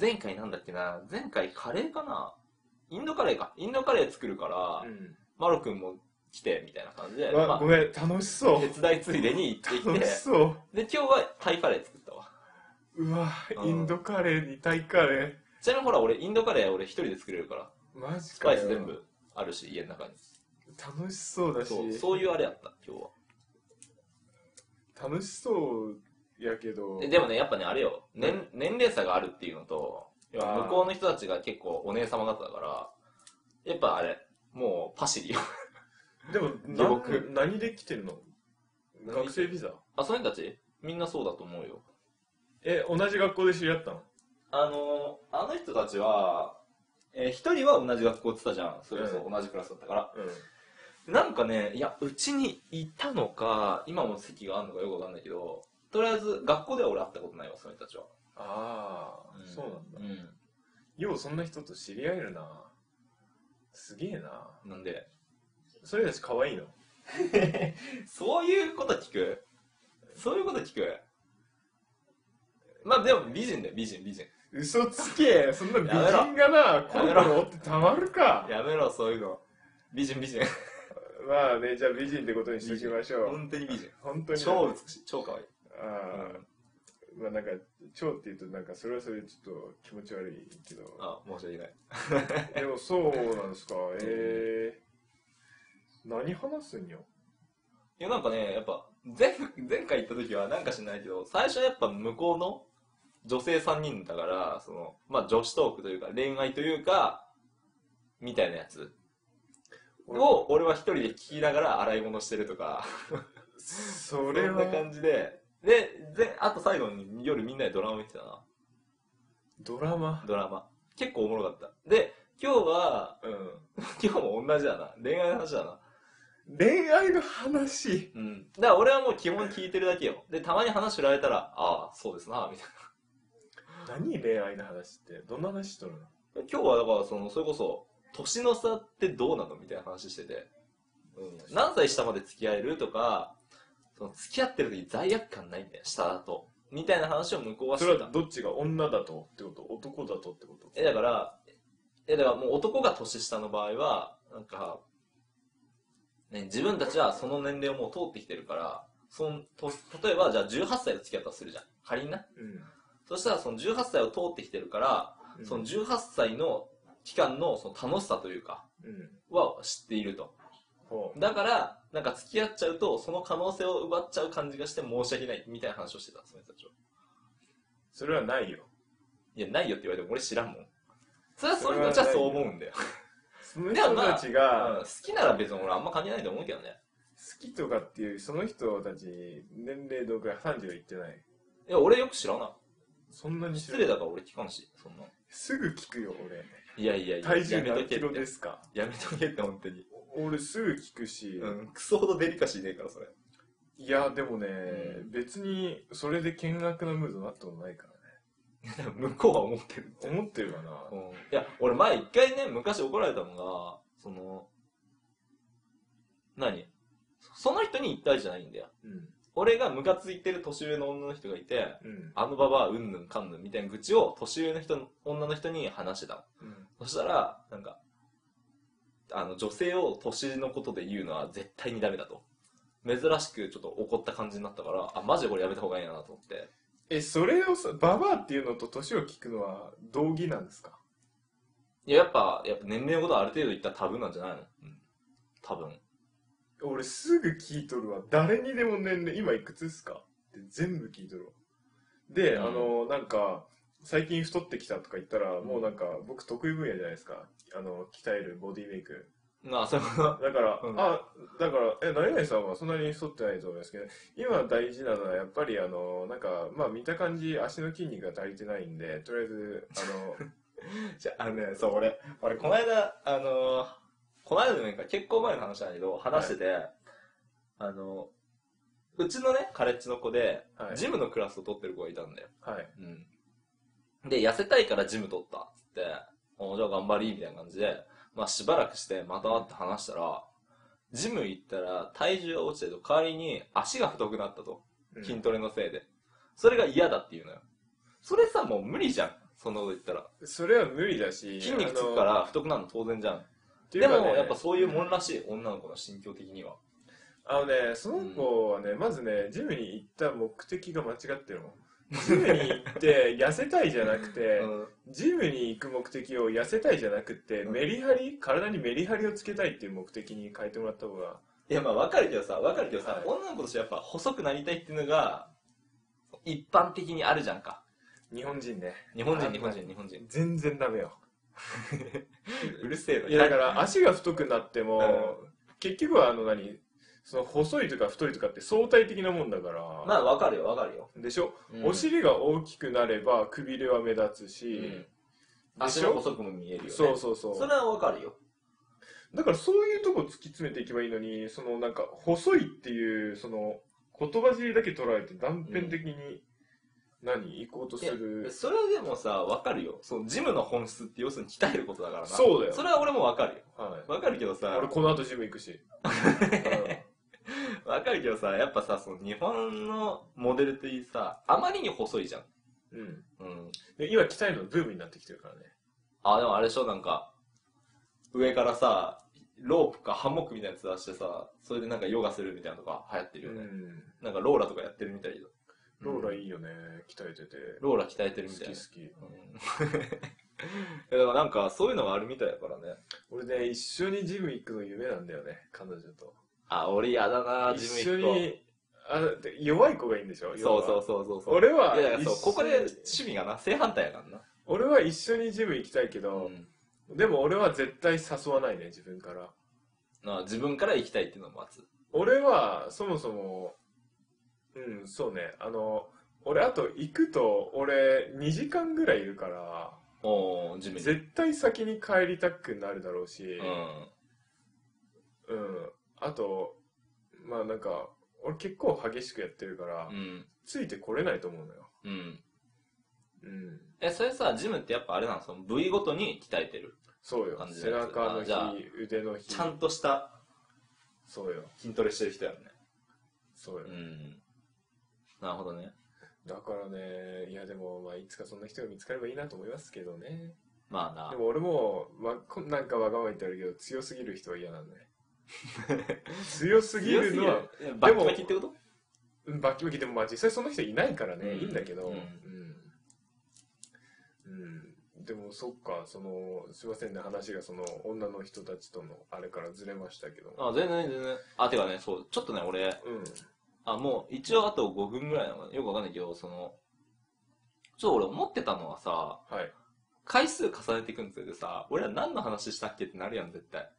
[SPEAKER 1] 前回なんだっけな、前回カレーかなインドカレーか。インドカレー作るから
[SPEAKER 2] う、ん。
[SPEAKER 1] マロ君も来て、みたいな感じで、
[SPEAKER 2] うわ
[SPEAKER 1] まあ
[SPEAKER 2] ごめん、楽しそ
[SPEAKER 1] 手
[SPEAKER 2] う。
[SPEAKER 1] 伝いついでに行ってきて、
[SPEAKER 2] 楽しそう。
[SPEAKER 1] で、今日はタイカレー作ったわ。
[SPEAKER 2] うわ、
[SPEAKER 1] うん
[SPEAKER 2] インドカレーにタイカレ
[SPEAKER 1] ちなみにほら、俺、インドカレー俺一人で作れるから、
[SPEAKER 2] ー。マジ
[SPEAKER 1] ス
[SPEAKER 2] か
[SPEAKER 1] パ
[SPEAKER 2] よ
[SPEAKER 1] イス全。部あるし、家の中に。
[SPEAKER 2] 楽しそうだし。
[SPEAKER 1] そう、そういうあれやった、今日は。
[SPEAKER 2] 楽しそうやけど。
[SPEAKER 1] ででもね、やっぱね、あれよ、年年齢差があるっていうのと、
[SPEAKER 2] あー
[SPEAKER 1] 向こうの人たちが結構お姉様方だから、やっぱあれ、もうパシリよ。
[SPEAKER 2] でも
[SPEAKER 1] 地獄
[SPEAKER 2] 何何で来てんの
[SPEAKER 1] 何
[SPEAKER 2] 学生ビザ
[SPEAKER 1] あ、その人たちみんなそうだと思うよ。
[SPEAKER 2] え同じ学校で知り合ったの
[SPEAKER 1] あの、あの人たちは、えー一人は同じ学校って言ったじゃん。それこ
[SPEAKER 2] う
[SPEAKER 1] そ同じクラスだったから。
[SPEAKER 2] うん
[SPEAKER 1] なんかね、いや、うちにいたのか、今も席があるのかよくわかんないけど、とりあえず学校では俺会ったことないわ、その人たちは。
[SPEAKER 2] ああ、
[SPEAKER 1] ん
[SPEAKER 2] そうなんだ
[SPEAKER 1] う。
[SPEAKER 2] ようそんな人と知り合えるなすげえなん
[SPEAKER 1] なんで、
[SPEAKER 2] それたち可愛いの
[SPEAKER 1] そういうこと聞くそういうこと聞くまあでも美人だよ、美人、美人。
[SPEAKER 2] 嘘つけそんな美
[SPEAKER 1] やめろ
[SPEAKER 2] 人がなコロコ
[SPEAKER 1] やめ
[SPEAKER 2] ロってたまるか
[SPEAKER 1] やめろ、そういうの。美人、美人。
[SPEAKER 2] まあねじゃあ美人ってことにしていきましょう
[SPEAKER 1] 本当に美人。
[SPEAKER 2] 本当 に
[SPEAKER 1] 超美しい、超可愛い。
[SPEAKER 2] ああまあなんか超っていうとなんかそれはそれでちょっと気持ち悪いけど
[SPEAKER 1] あ、申し訳ない。
[SPEAKER 2] でもそうな んですか。えー、何話すんよ。
[SPEAKER 1] いや、なんかね、やっぱ、前、前回行った時はなんか知んないけど、最初はやっぱ向こうの女性3人だから、その、まあ女子トークというか、恋愛というか、みたいなやつを、俺は一人で聞きながら洗い物してるとか。
[SPEAKER 2] そ
[SPEAKER 1] そ
[SPEAKER 2] れ
[SPEAKER 1] んな
[SPEAKER 2] は
[SPEAKER 1] 感じで。で、ぜあと最後に夜みんなでドラマ見てたな。
[SPEAKER 2] ドラマ。
[SPEAKER 1] ドラマ。結構おもろかった。で、今日は、
[SPEAKER 2] うん。
[SPEAKER 1] 今日も同じだな。恋愛の話だな。
[SPEAKER 2] 恋愛の話。
[SPEAKER 1] うん。だから俺はもう基本聞いてるだけよ。で、たまに話振られたら、ああ、そうですな、みたい
[SPEAKER 2] 何恋愛の話って、どんな話しとるの
[SPEAKER 1] な。今日はだから、その、それこそ、年の差ってどうなのみたいな話してて。うん。何歳下まで付き合えるとか、その、付き合ってる時罪悪感ないんだよ、下だと。みたいな話を向こうはし
[SPEAKER 2] それ
[SPEAKER 1] てた
[SPEAKER 2] はどっちが女だとってこと男だとってこと
[SPEAKER 1] えだからえだからもう男が年下の場合はなんか、ね、自分たちはその年齢をもう通ってきてるからそのと例えばじゃあ18歳で付き合ったとするじゃん仮になそしたらその18歳を通ってきてるから、
[SPEAKER 2] うん
[SPEAKER 1] その18歳の期間のその楽しさというか
[SPEAKER 2] うん
[SPEAKER 1] は知っていると
[SPEAKER 2] ほう
[SPEAKER 1] だからなんか付き合っちゃうとその可能性を奪っちゃう感じがして申し訳ないみたいな話をしてたその人たちは
[SPEAKER 2] それはないよ
[SPEAKER 1] いやないよって言われても俺知らんもんそれはそれじゃそう思うんだよ
[SPEAKER 2] その人たちが
[SPEAKER 1] うん好きなら別に俺あんま関係ないと思うけどね
[SPEAKER 2] 好きとかっていうその人たち年齢どのくらい30いってない
[SPEAKER 1] いや俺よく知らない
[SPEAKER 2] そんなに知
[SPEAKER 1] 失
[SPEAKER 2] らな
[SPEAKER 1] 礼
[SPEAKER 2] い
[SPEAKER 1] だから俺聞かんしそんな
[SPEAKER 2] すぐ聞くよ俺
[SPEAKER 1] いやいやいや
[SPEAKER 2] 体
[SPEAKER 1] や
[SPEAKER 2] 重
[SPEAKER 1] めと
[SPEAKER 2] 何
[SPEAKER 1] け
[SPEAKER 2] キ
[SPEAKER 1] っ
[SPEAKER 2] ロで
[SPEAKER 1] て
[SPEAKER 2] すか
[SPEAKER 1] やめとけって本当に
[SPEAKER 2] 俺すぐ聞くし、
[SPEAKER 1] うんクソほどデリカシーねえからそれ
[SPEAKER 2] いやでもね、
[SPEAKER 1] う
[SPEAKER 2] 別にそれで険悪なムードになったことないから
[SPEAKER 1] 向こうは思ってるって
[SPEAKER 2] ね思ってるかな、
[SPEAKER 1] うんいや俺前一回ね昔怒られたのがその何その人に一体じゃないんだよ
[SPEAKER 2] うん
[SPEAKER 1] 俺がムカついてる年上の女の人がいて
[SPEAKER 2] うん
[SPEAKER 1] あのババアうんぬんかんぬんみたいな愚痴を年上の人の女の人に話してたの
[SPEAKER 2] う
[SPEAKER 1] そ
[SPEAKER 2] ん
[SPEAKER 1] したら、なんか、あの、女性を年のことで言うのは絶対にダメだと。珍しくちょっと怒った感じになったから、あ、マジでこれやめた方がいいなと思って。
[SPEAKER 2] えそれをさババアっていうのと年を聞くのは同義なんですか
[SPEAKER 1] いや、やっぱ、やっぱ年齢のことはある程度言ったらタブーなんじゃないのうん。多分。
[SPEAKER 2] 俺すぐ聞いとるわ誰にでも年齢今いくつですかって全部聞いとるわで、
[SPEAKER 1] うん
[SPEAKER 2] あのなんか最近太ってきたとか言ったら、
[SPEAKER 1] ん
[SPEAKER 2] もうなんか僕得意分野じゃないですかあの鍛えるボディメイク
[SPEAKER 1] まあ、そういうこと。
[SPEAKER 2] だから、
[SPEAKER 1] うん
[SPEAKER 2] あだからえ何々さんはそんなに太ってないと思いますけど今大事なのはやっぱりあのなんかまあ見た感じ足の筋肉が足りてないんでとりあえず
[SPEAKER 1] じゃあ、あのね、そう、俺、俺、この間、あのーこの間でもいいか、結構前の話なんだけど、話してて、あのうちのね、カレッジの子で、
[SPEAKER 2] あのはい
[SPEAKER 1] ジムのクラスを取ってる子がいたんだよ。
[SPEAKER 2] はい
[SPEAKER 1] うん。で、痩せたいからジム取ったっつって、おじゃあ頑張りみたいな感じで、まあしばらくしてまた会って話したら、ジム行ったら体重が落ちてると代わりに足が太くなったと。
[SPEAKER 2] うん
[SPEAKER 1] 筋トレのせいで。それが嫌だっていうのよ。それさ、もう無理じゃん。そんなこと言ったら。
[SPEAKER 2] それは無理だし
[SPEAKER 1] 筋肉つくから太くなるの当然じゃん。
[SPEAKER 2] てい
[SPEAKER 1] で
[SPEAKER 2] うかね
[SPEAKER 1] も、やっぱそういうもんらしい、女の子の心境的には。
[SPEAKER 2] あのね、その子はね、まずね、ジムに行った目的が間違ってるもん。ジムに行 って、痩せたいじゃなくて、
[SPEAKER 1] うん
[SPEAKER 2] ジムに行く目的を痩せたいじゃなくて、
[SPEAKER 1] うん
[SPEAKER 2] メリハリ、体にメリハリをつけたいっていう目的に変えてもらった方が、
[SPEAKER 1] いやまあわかるけどさわかるけどさ、
[SPEAKER 2] はい
[SPEAKER 1] 女の子としてやっぱ細くなりたいっていうのが一般的にあるじゃんか
[SPEAKER 2] 日本人ね、
[SPEAKER 1] 日本
[SPEAKER 2] あ
[SPEAKER 1] 人
[SPEAKER 2] る
[SPEAKER 1] 日本人日本人
[SPEAKER 2] 全然ダメよ。
[SPEAKER 1] うるせえない
[SPEAKER 2] や、だから足が太くなっても、結局はあの何、その細いとか太いとかって相対的なもんだから、
[SPEAKER 1] まあわかるよわかるよ、
[SPEAKER 2] でしょ、
[SPEAKER 1] うん
[SPEAKER 2] お尻が大きくなれば、くびれは目立つ
[SPEAKER 1] う
[SPEAKER 2] し、
[SPEAKER 1] ん、
[SPEAKER 2] で
[SPEAKER 1] 足
[SPEAKER 2] し
[SPEAKER 1] が
[SPEAKER 2] ょ
[SPEAKER 1] 細くも見えるよね
[SPEAKER 2] そうそうそう。
[SPEAKER 1] それはわかるよ
[SPEAKER 2] だからそういうとこ突き詰めていけばいいのに、そのなんか、細いっていう、その、言葉尻だけ捉えて断片的に何、行こうとする。
[SPEAKER 1] それはでもさわかるよそのジムの本質って要するに鍛えることだからな
[SPEAKER 2] そうだよ
[SPEAKER 1] それは俺もわかるよ
[SPEAKER 2] はい。
[SPEAKER 1] わかるけどさ
[SPEAKER 2] 俺この後ジム行くし。
[SPEAKER 1] わかるけどさやっぱさその日本のモデルってさあまりに細いじゃん
[SPEAKER 2] うん。うん
[SPEAKER 1] うん
[SPEAKER 2] で今、鍛えるのブームになってきてるからね。
[SPEAKER 1] あ、でもあれでしょ、なんか、上からさ、ロープかハンモックみたいなやつ出してさ、それでなんかヨガするみたいなのとか流行ってるよね。
[SPEAKER 2] うん。
[SPEAKER 1] なんかローラとかやってるみたいだ。
[SPEAKER 2] ローラ
[SPEAKER 1] い。
[SPEAKER 2] いいよね。鍛えてて。
[SPEAKER 1] ローラ鍛えてる
[SPEAKER 2] 好
[SPEAKER 1] み
[SPEAKER 2] き
[SPEAKER 1] たい
[SPEAKER 2] 好
[SPEAKER 1] な。
[SPEAKER 2] き。
[SPEAKER 1] うん いやだからなんかそういうのがあるみたいだからね。
[SPEAKER 2] 俺ね、一緒にジム行くの夢なんだよね。彼女と。
[SPEAKER 1] あ、俺嫌だな、ジム
[SPEAKER 2] 一緒
[SPEAKER 1] 行く
[SPEAKER 2] に、あで弱い子がいいんでしょ。
[SPEAKER 1] と。そうそううそうそうそう。
[SPEAKER 2] 俺はい
[SPEAKER 1] やいやそう、ここで
[SPEAKER 2] 一緒に
[SPEAKER 1] 趣味がな、正反対やからな。
[SPEAKER 2] 俺は一緒にジム行きたいけど、
[SPEAKER 1] うん
[SPEAKER 2] でも俺は絶対誘わないね自分から
[SPEAKER 1] な自分から行きたいっていうのもあつ。
[SPEAKER 2] 俺はそもそもうんそうねあの俺あと行くと俺2時間ぐらいいるから
[SPEAKER 1] おー、ジムに。
[SPEAKER 2] 絶対先に帰りたくなるだろうし
[SPEAKER 1] うん。
[SPEAKER 2] うん、あとまあなんか俺結構激しくやってるから、
[SPEAKER 1] うん。
[SPEAKER 2] ついてこれないと思うのよ
[SPEAKER 1] うん。
[SPEAKER 2] うん
[SPEAKER 1] え、それさ、ジムってやっぱあれなのその部位ごとに鍛えてる。
[SPEAKER 2] そうよ
[SPEAKER 1] 感じ
[SPEAKER 2] 背
[SPEAKER 1] のやつ
[SPEAKER 2] 中の
[SPEAKER 1] あ
[SPEAKER 2] 日
[SPEAKER 1] じゃあ
[SPEAKER 2] 腕の日
[SPEAKER 1] ちゃんとした
[SPEAKER 2] そうよ
[SPEAKER 1] 筋トレしてる人やんね。
[SPEAKER 2] そうよ、
[SPEAKER 1] うん。なるほどね。
[SPEAKER 2] だからね、いやでも、まあ、いつかそんな人が見つかればいいなと思いますけどね。
[SPEAKER 1] まあな
[SPEAKER 2] でも俺も、わこんなんかわがまま言ってあるけど、強すぎる人は嫌 なんだね。強すぎるのは、
[SPEAKER 1] いやバッキバキってこと
[SPEAKER 2] うんバッキバキでもまあ実際その人いないからね、
[SPEAKER 1] うん
[SPEAKER 2] いいんだけど、
[SPEAKER 1] う
[SPEAKER 2] うんん。うんでもそっか、その、すいませんね、話がその女の人たちとのあれからずれましたけど。
[SPEAKER 1] あ全然全然あてかねそうちょっとね俺
[SPEAKER 2] うん。
[SPEAKER 1] あもう一応あと5分ぐらいなのかなよくわかんないけどそのちょっと俺思ってたのはさ
[SPEAKER 2] はい。
[SPEAKER 1] 回数重ねていくんつれてさ俺は何の話したっけってなるやん絶対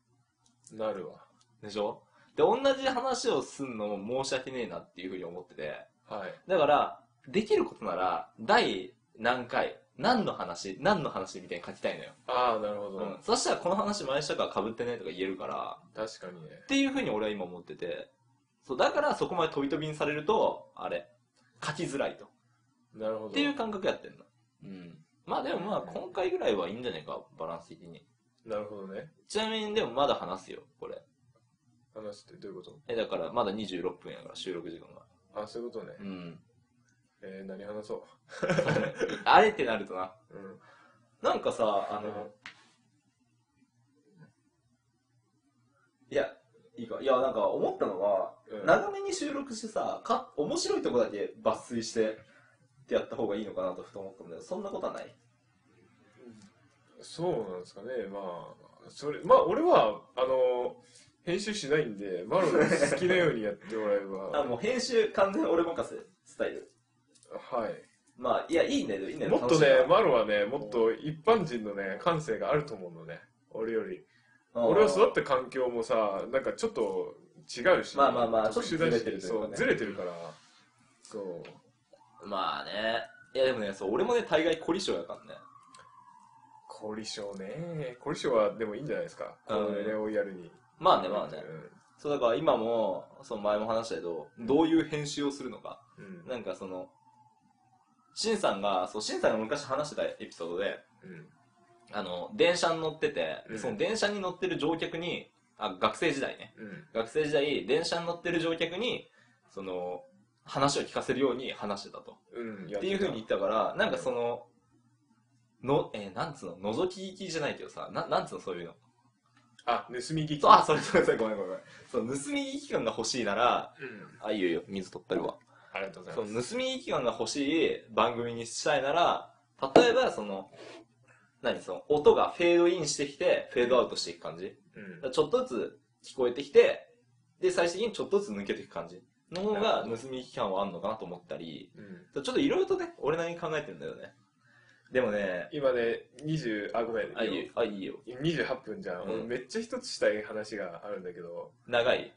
[SPEAKER 2] なるわ。
[SPEAKER 1] でしょで同じ話をすんのも申し訳ねえなっていうふうに思ってて
[SPEAKER 2] はい。
[SPEAKER 1] だからできることなら第何回何の話何の話みたいに書きたいのよ、
[SPEAKER 2] ああ、なるほど、
[SPEAKER 1] うん、そしたらこの話前したからかぶってねとか言えるから
[SPEAKER 2] 確かにね
[SPEAKER 1] っ。ていうふうに俺は今思っててそうだからそこまで飛び飛びにされるとあれ書きづらいとっ
[SPEAKER 2] なるほど。
[SPEAKER 1] ていう感覚やってんのうんまあでもまあ今回ぐらいはいいんじゃねえかバランス的に
[SPEAKER 2] なるほどね。
[SPEAKER 1] ちなみにでもまだ話すよこれ
[SPEAKER 2] 話ってどういうこ
[SPEAKER 1] えだからまだ26分やから収録時間が
[SPEAKER 2] とあ、そういうことね。
[SPEAKER 1] うん
[SPEAKER 2] えー、何話そ
[SPEAKER 1] あれってなるとな
[SPEAKER 2] う。うん。
[SPEAKER 1] なんかさあ
[SPEAKER 2] あ
[SPEAKER 1] の
[SPEAKER 2] の、
[SPEAKER 1] いやいいかいやなんか思ったのが、
[SPEAKER 2] うん
[SPEAKER 1] 長めに収録してさか面白いとこだけ抜粋してってやった方がいいのかなとふと思ったんだけどそんなことはない
[SPEAKER 2] そうなんですかね。まあ、それ、まあ、俺は、あの、編集しないんで、マロの好きなようにやってもらえば
[SPEAKER 1] あ、もう編集完全俺任せスタイル
[SPEAKER 2] はい。
[SPEAKER 1] まあいやいいねいいね
[SPEAKER 2] もっと
[SPEAKER 1] 楽しい
[SPEAKER 2] ね、
[SPEAKER 1] な
[SPEAKER 2] マロはね、もっと一般人のね、感性があると思うのね。俺より。俺は育った環境もさ、なんかちょっと違うし、
[SPEAKER 1] まあまあまあ
[SPEAKER 2] 特殊
[SPEAKER 1] ちょっと
[SPEAKER 2] だ
[SPEAKER 1] ずれてると
[SPEAKER 2] し、
[SPEAKER 1] いう
[SPEAKER 2] そ
[SPEAKER 1] かね
[SPEAKER 2] う、ずれてるから、そう。
[SPEAKER 1] まあねいやでもねそう俺もね大概凝り性やからね
[SPEAKER 2] 凝り性ね凝り性はでもいいんじゃないですかこ
[SPEAKER 1] うん
[SPEAKER 2] れをやるに
[SPEAKER 1] まあねまあね
[SPEAKER 2] う
[SPEAKER 1] そうだから今もその前も話したけどどういう編集をするのか
[SPEAKER 2] んうん
[SPEAKER 1] なんかその、しんさんが、そう、しんさんが昔話してたエピソードで、
[SPEAKER 2] うん
[SPEAKER 1] あの、電車に乗ってて、
[SPEAKER 2] うん
[SPEAKER 1] その電車に乗ってる乗客に、あ、学生時代ね。
[SPEAKER 2] うん
[SPEAKER 1] 学生時代、電車に乗ってる乗客に、その、話を聞かせるように話してたと。
[SPEAKER 2] うん
[SPEAKER 1] っていうふうに言ったから、なんか
[SPEAKER 2] うん
[SPEAKER 1] その、の、えーなんつうの、覗き聞きじゃないけどさ、ななんつうの、そういうの。
[SPEAKER 2] あ盗み聞き
[SPEAKER 1] そう、あ、それそれそれ、ごめんごめん。そう、盗み聞き感が欲しいなら、
[SPEAKER 2] うん
[SPEAKER 1] あ、いいよいいよ、水取ってるわ。
[SPEAKER 2] ありがとうござい
[SPEAKER 1] そ
[SPEAKER 2] ま
[SPEAKER 1] の
[SPEAKER 2] す
[SPEAKER 1] 盗み聞き感が欲しい番組にしたいなら例えばその何その音がフェードインしてきてフェードアウトしていく感じ
[SPEAKER 2] うん
[SPEAKER 1] だからちょっとずつ聞こえてきてで最終的にちょっとずつ抜けていく感じの方が盗み聞き感はあるのかなと思ったり
[SPEAKER 2] うん
[SPEAKER 1] ちょっといろいろとね俺なりに考えてんだよねでもね
[SPEAKER 2] 今ね20あごめん
[SPEAKER 1] あいいよあいいよ
[SPEAKER 2] 28分じゃん、
[SPEAKER 1] うん
[SPEAKER 2] 俺めっちゃ一つしたい話があるんだけど
[SPEAKER 1] 長い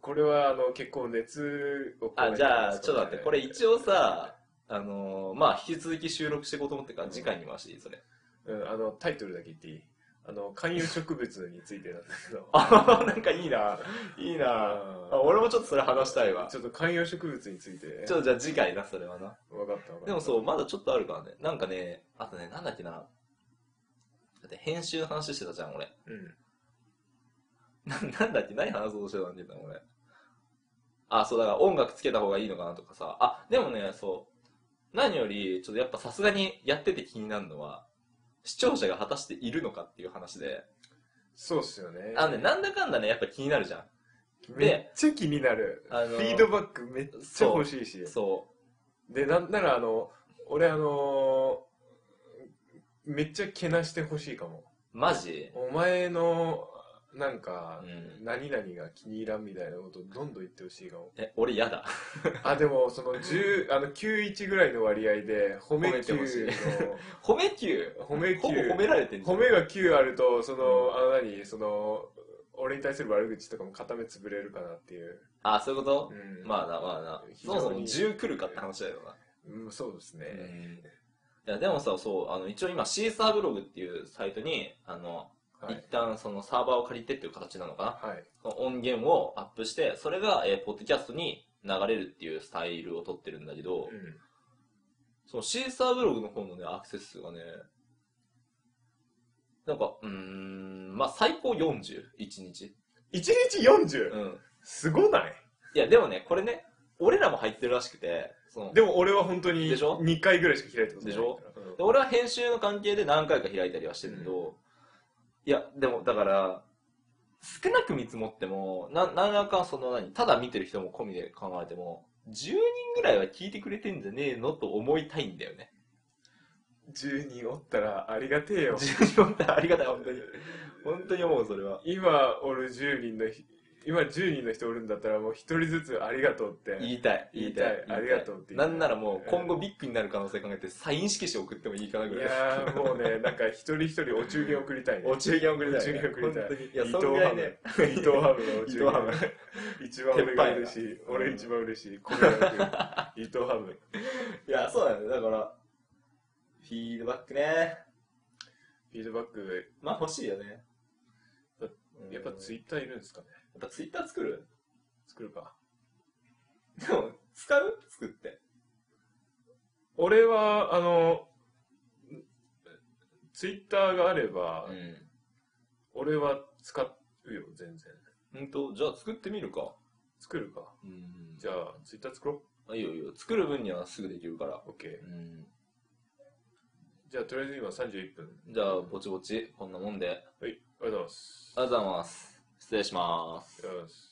[SPEAKER 2] これはあの結構熱を
[SPEAKER 1] あじゃあちょっと待ってこれ一
[SPEAKER 2] 応、
[SPEAKER 1] 応さあのーまあ引き続き収録していこうと思ってるから次回に回していいそれ
[SPEAKER 2] うん、あのタイトルだけ言っていいあの観葉植物についてなんだけど
[SPEAKER 1] あなんかいいないいな
[SPEAKER 2] あ
[SPEAKER 1] あ俺もちょっとそれ話したいわ
[SPEAKER 2] ちょっと観葉植物について
[SPEAKER 1] ちょっとじゃあ次回なそれはな
[SPEAKER 2] 分かった分かった
[SPEAKER 1] でもそうまだちょっとあるからねなんかねあとねなんだっけなだって編集の話してたじゃん俺
[SPEAKER 2] うん
[SPEAKER 1] な なんだっけ何話そうとしてたんだっけな俺あそうだから音楽つけた方がいいのかなとかさあでもねそう何よりちょっとやっぱさすがにやってて気になるのは視聴者が果たしているのかっていう話で
[SPEAKER 2] そうっすよね。
[SPEAKER 1] あのねなんだかんだねやっぱ気になるじゃん
[SPEAKER 2] めっちゃ気になる。
[SPEAKER 1] あの
[SPEAKER 2] フィードバックめっちゃ欲しいし。
[SPEAKER 1] そ
[SPEAKER 2] で、なんならあの、俺あのーめっちゃけなしてほしいかも。
[SPEAKER 1] うマジ
[SPEAKER 2] お前の、なんか、
[SPEAKER 1] うん。
[SPEAKER 2] 何々が気に入らんみたいなことどんどん言ってほしいかも
[SPEAKER 1] え俺嫌だ
[SPEAKER 2] あ、でも、その10、あの、91ぐらいの割合で、褒め
[SPEAKER 1] 褒めて
[SPEAKER 2] 9
[SPEAKER 1] ほしい
[SPEAKER 2] の、
[SPEAKER 1] 褒め級
[SPEAKER 2] 褒め
[SPEAKER 1] ほぼ
[SPEAKER 2] 9
[SPEAKER 1] 褒、められてんじゃん
[SPEAKER 2] 褒めが9あると、その
[SPEAKER 1] う、
[SPEAKER 2] あの何、その、俺に対する悪口とかも固め潰れるかなっていう。
[SPEAKER 1] あそういうこと
[SPEAKER 2] う、ん
[SPEAKER 1] まあなまあな
[SPEAKER 2] 非
[SPEAKER 1] そ
[SPEAKER 2] 常に
[SPEAKER 1] もそも10来るかって話だよな、
[SPEAKER 2] うん、そうですね。
[SPEAKER 1] いやでもさそうあの一応今シーサーブログっていうサイトにあの、
[SPEAKER 2] は
[SPEAKER 1] 一
[SPEAKER 2] い。
[SPEAKER 1] 旦そのサーバーを借りてっていう形なのかな
[SPEAKER 2] はい。
[SPEAKER 1] その音源をアップしてそれが、えーポッドキャストに流れるっていうスタイルを取ってるんだけど、そのシーサーブログの方のねアクセス数がねなんかうーんまあ最高41日
[SPEAKER 2] 1日 40!
[SPEAKER 1] うん
[SPEAKER 2] すごない
[SPEAKER 1] いやでもねこれね俺らも入ってるらしくてその
[SPEAKER 2] でも俺は本当に
[SPEAKER 1] でしょ
[SPEAKER 2] 2回ぐらいしか開いたことない
[SPEAKER 1] でしょ
[SPEAKER 2] からうん
[SPEAKER 1] で俺は編集の関係で何回か開いたりはしてるけど、いやでもだから少なく見積もってもな何らかその何ただ見てる人も込みで考えても10人ぐらいは聞いてくれてんじゃねえのと思いたいんだよ ね
[SPEAKER 2] 10人おったらありがてえよ
[SPEAKER 1] 10人おったらありがたい本当に本当に思うそれは
[SPEAKER 2] 今おる10人のひ今10人の人おるんだったらもう1人ずつありがとうって
[SPEAKER 1] 言いたい
[SPEAKER 2] 言いたいありがとうって言いた
[SPEAKER 1] ないんならもう今後
[SPEAKER 2] うん
[SPEAKER 1] ビッグになる可能性考えてサイン色紙送ってもいいかなぐ
[SPEAKER 2] い
[SPEAKER 1] らい
[SPEAKER 2] やーもう ねなんか一人一人お中元送りたいね
[SPEAKER 1] お中元送りたい
[SPEAKER 2] お中元送りたい
[SPEAKER 1] 本当にいや
[SPEAKER 2] 伊
[SPEAKER 1] そ
[SPEAKER 2] 藤
[SPEAKER 1] んぐらいね
[SPEAKER 2] ハム伊藤ハムのお中元
[SPEAKER 1] 伊藤
[SPEAKER 2] 一番俺が嬉しい
[SPEAKER 1] 鉄板が
[SPEAKER 2] 俺一番嬉しい小宮 君伊藤ハム
[SPEAKER 1] いやそうだねだからフィードバックね
[SPEAKER 2] フィードバック
[SPEAKER 1] まあ欲しいよね
[SPEAKER 2] やっ。やっぱツイ
[SPEAKER 1] イ
[SPEAKER 2] ッターいるんですかね
[SPEAKER 1] やっぱツイッター作る
[SPEAKER 2] 作るか
[SPEAKER 1] でも、使う作って。
[SPEAKER 2] 俺はあのツイッターがあれば、
[SPEAKER 1] ん。
[SPEAKER 2] 俺は使うよ全然
[SPEAKER 1] ほんと、じゃあ作ってみるか。
[SPEAKER 2] 作るか
[SPEAKER 1] うんじ
[SPEAKER 2] じ
[SPEAKER 1] ゃ
[SPEAKER 2] ゃあツイッター作ろ
[SPEAKER 1] あ、いいよいいよ。作る分にはすぐできるから。
[SPEAKER 2] う OK
[SPEAKER 1] うん。
[SPEAKER 2] じゃあとりあえず今31分
[SPEAKER 1] じゃあ、ぼちぼち、こんなもんで。
[SPEAKER 2] はいありがとうございます
[SPEAKER 1] ありがとうございます。失礼します。
[SPEAKER 2] ありがとうございます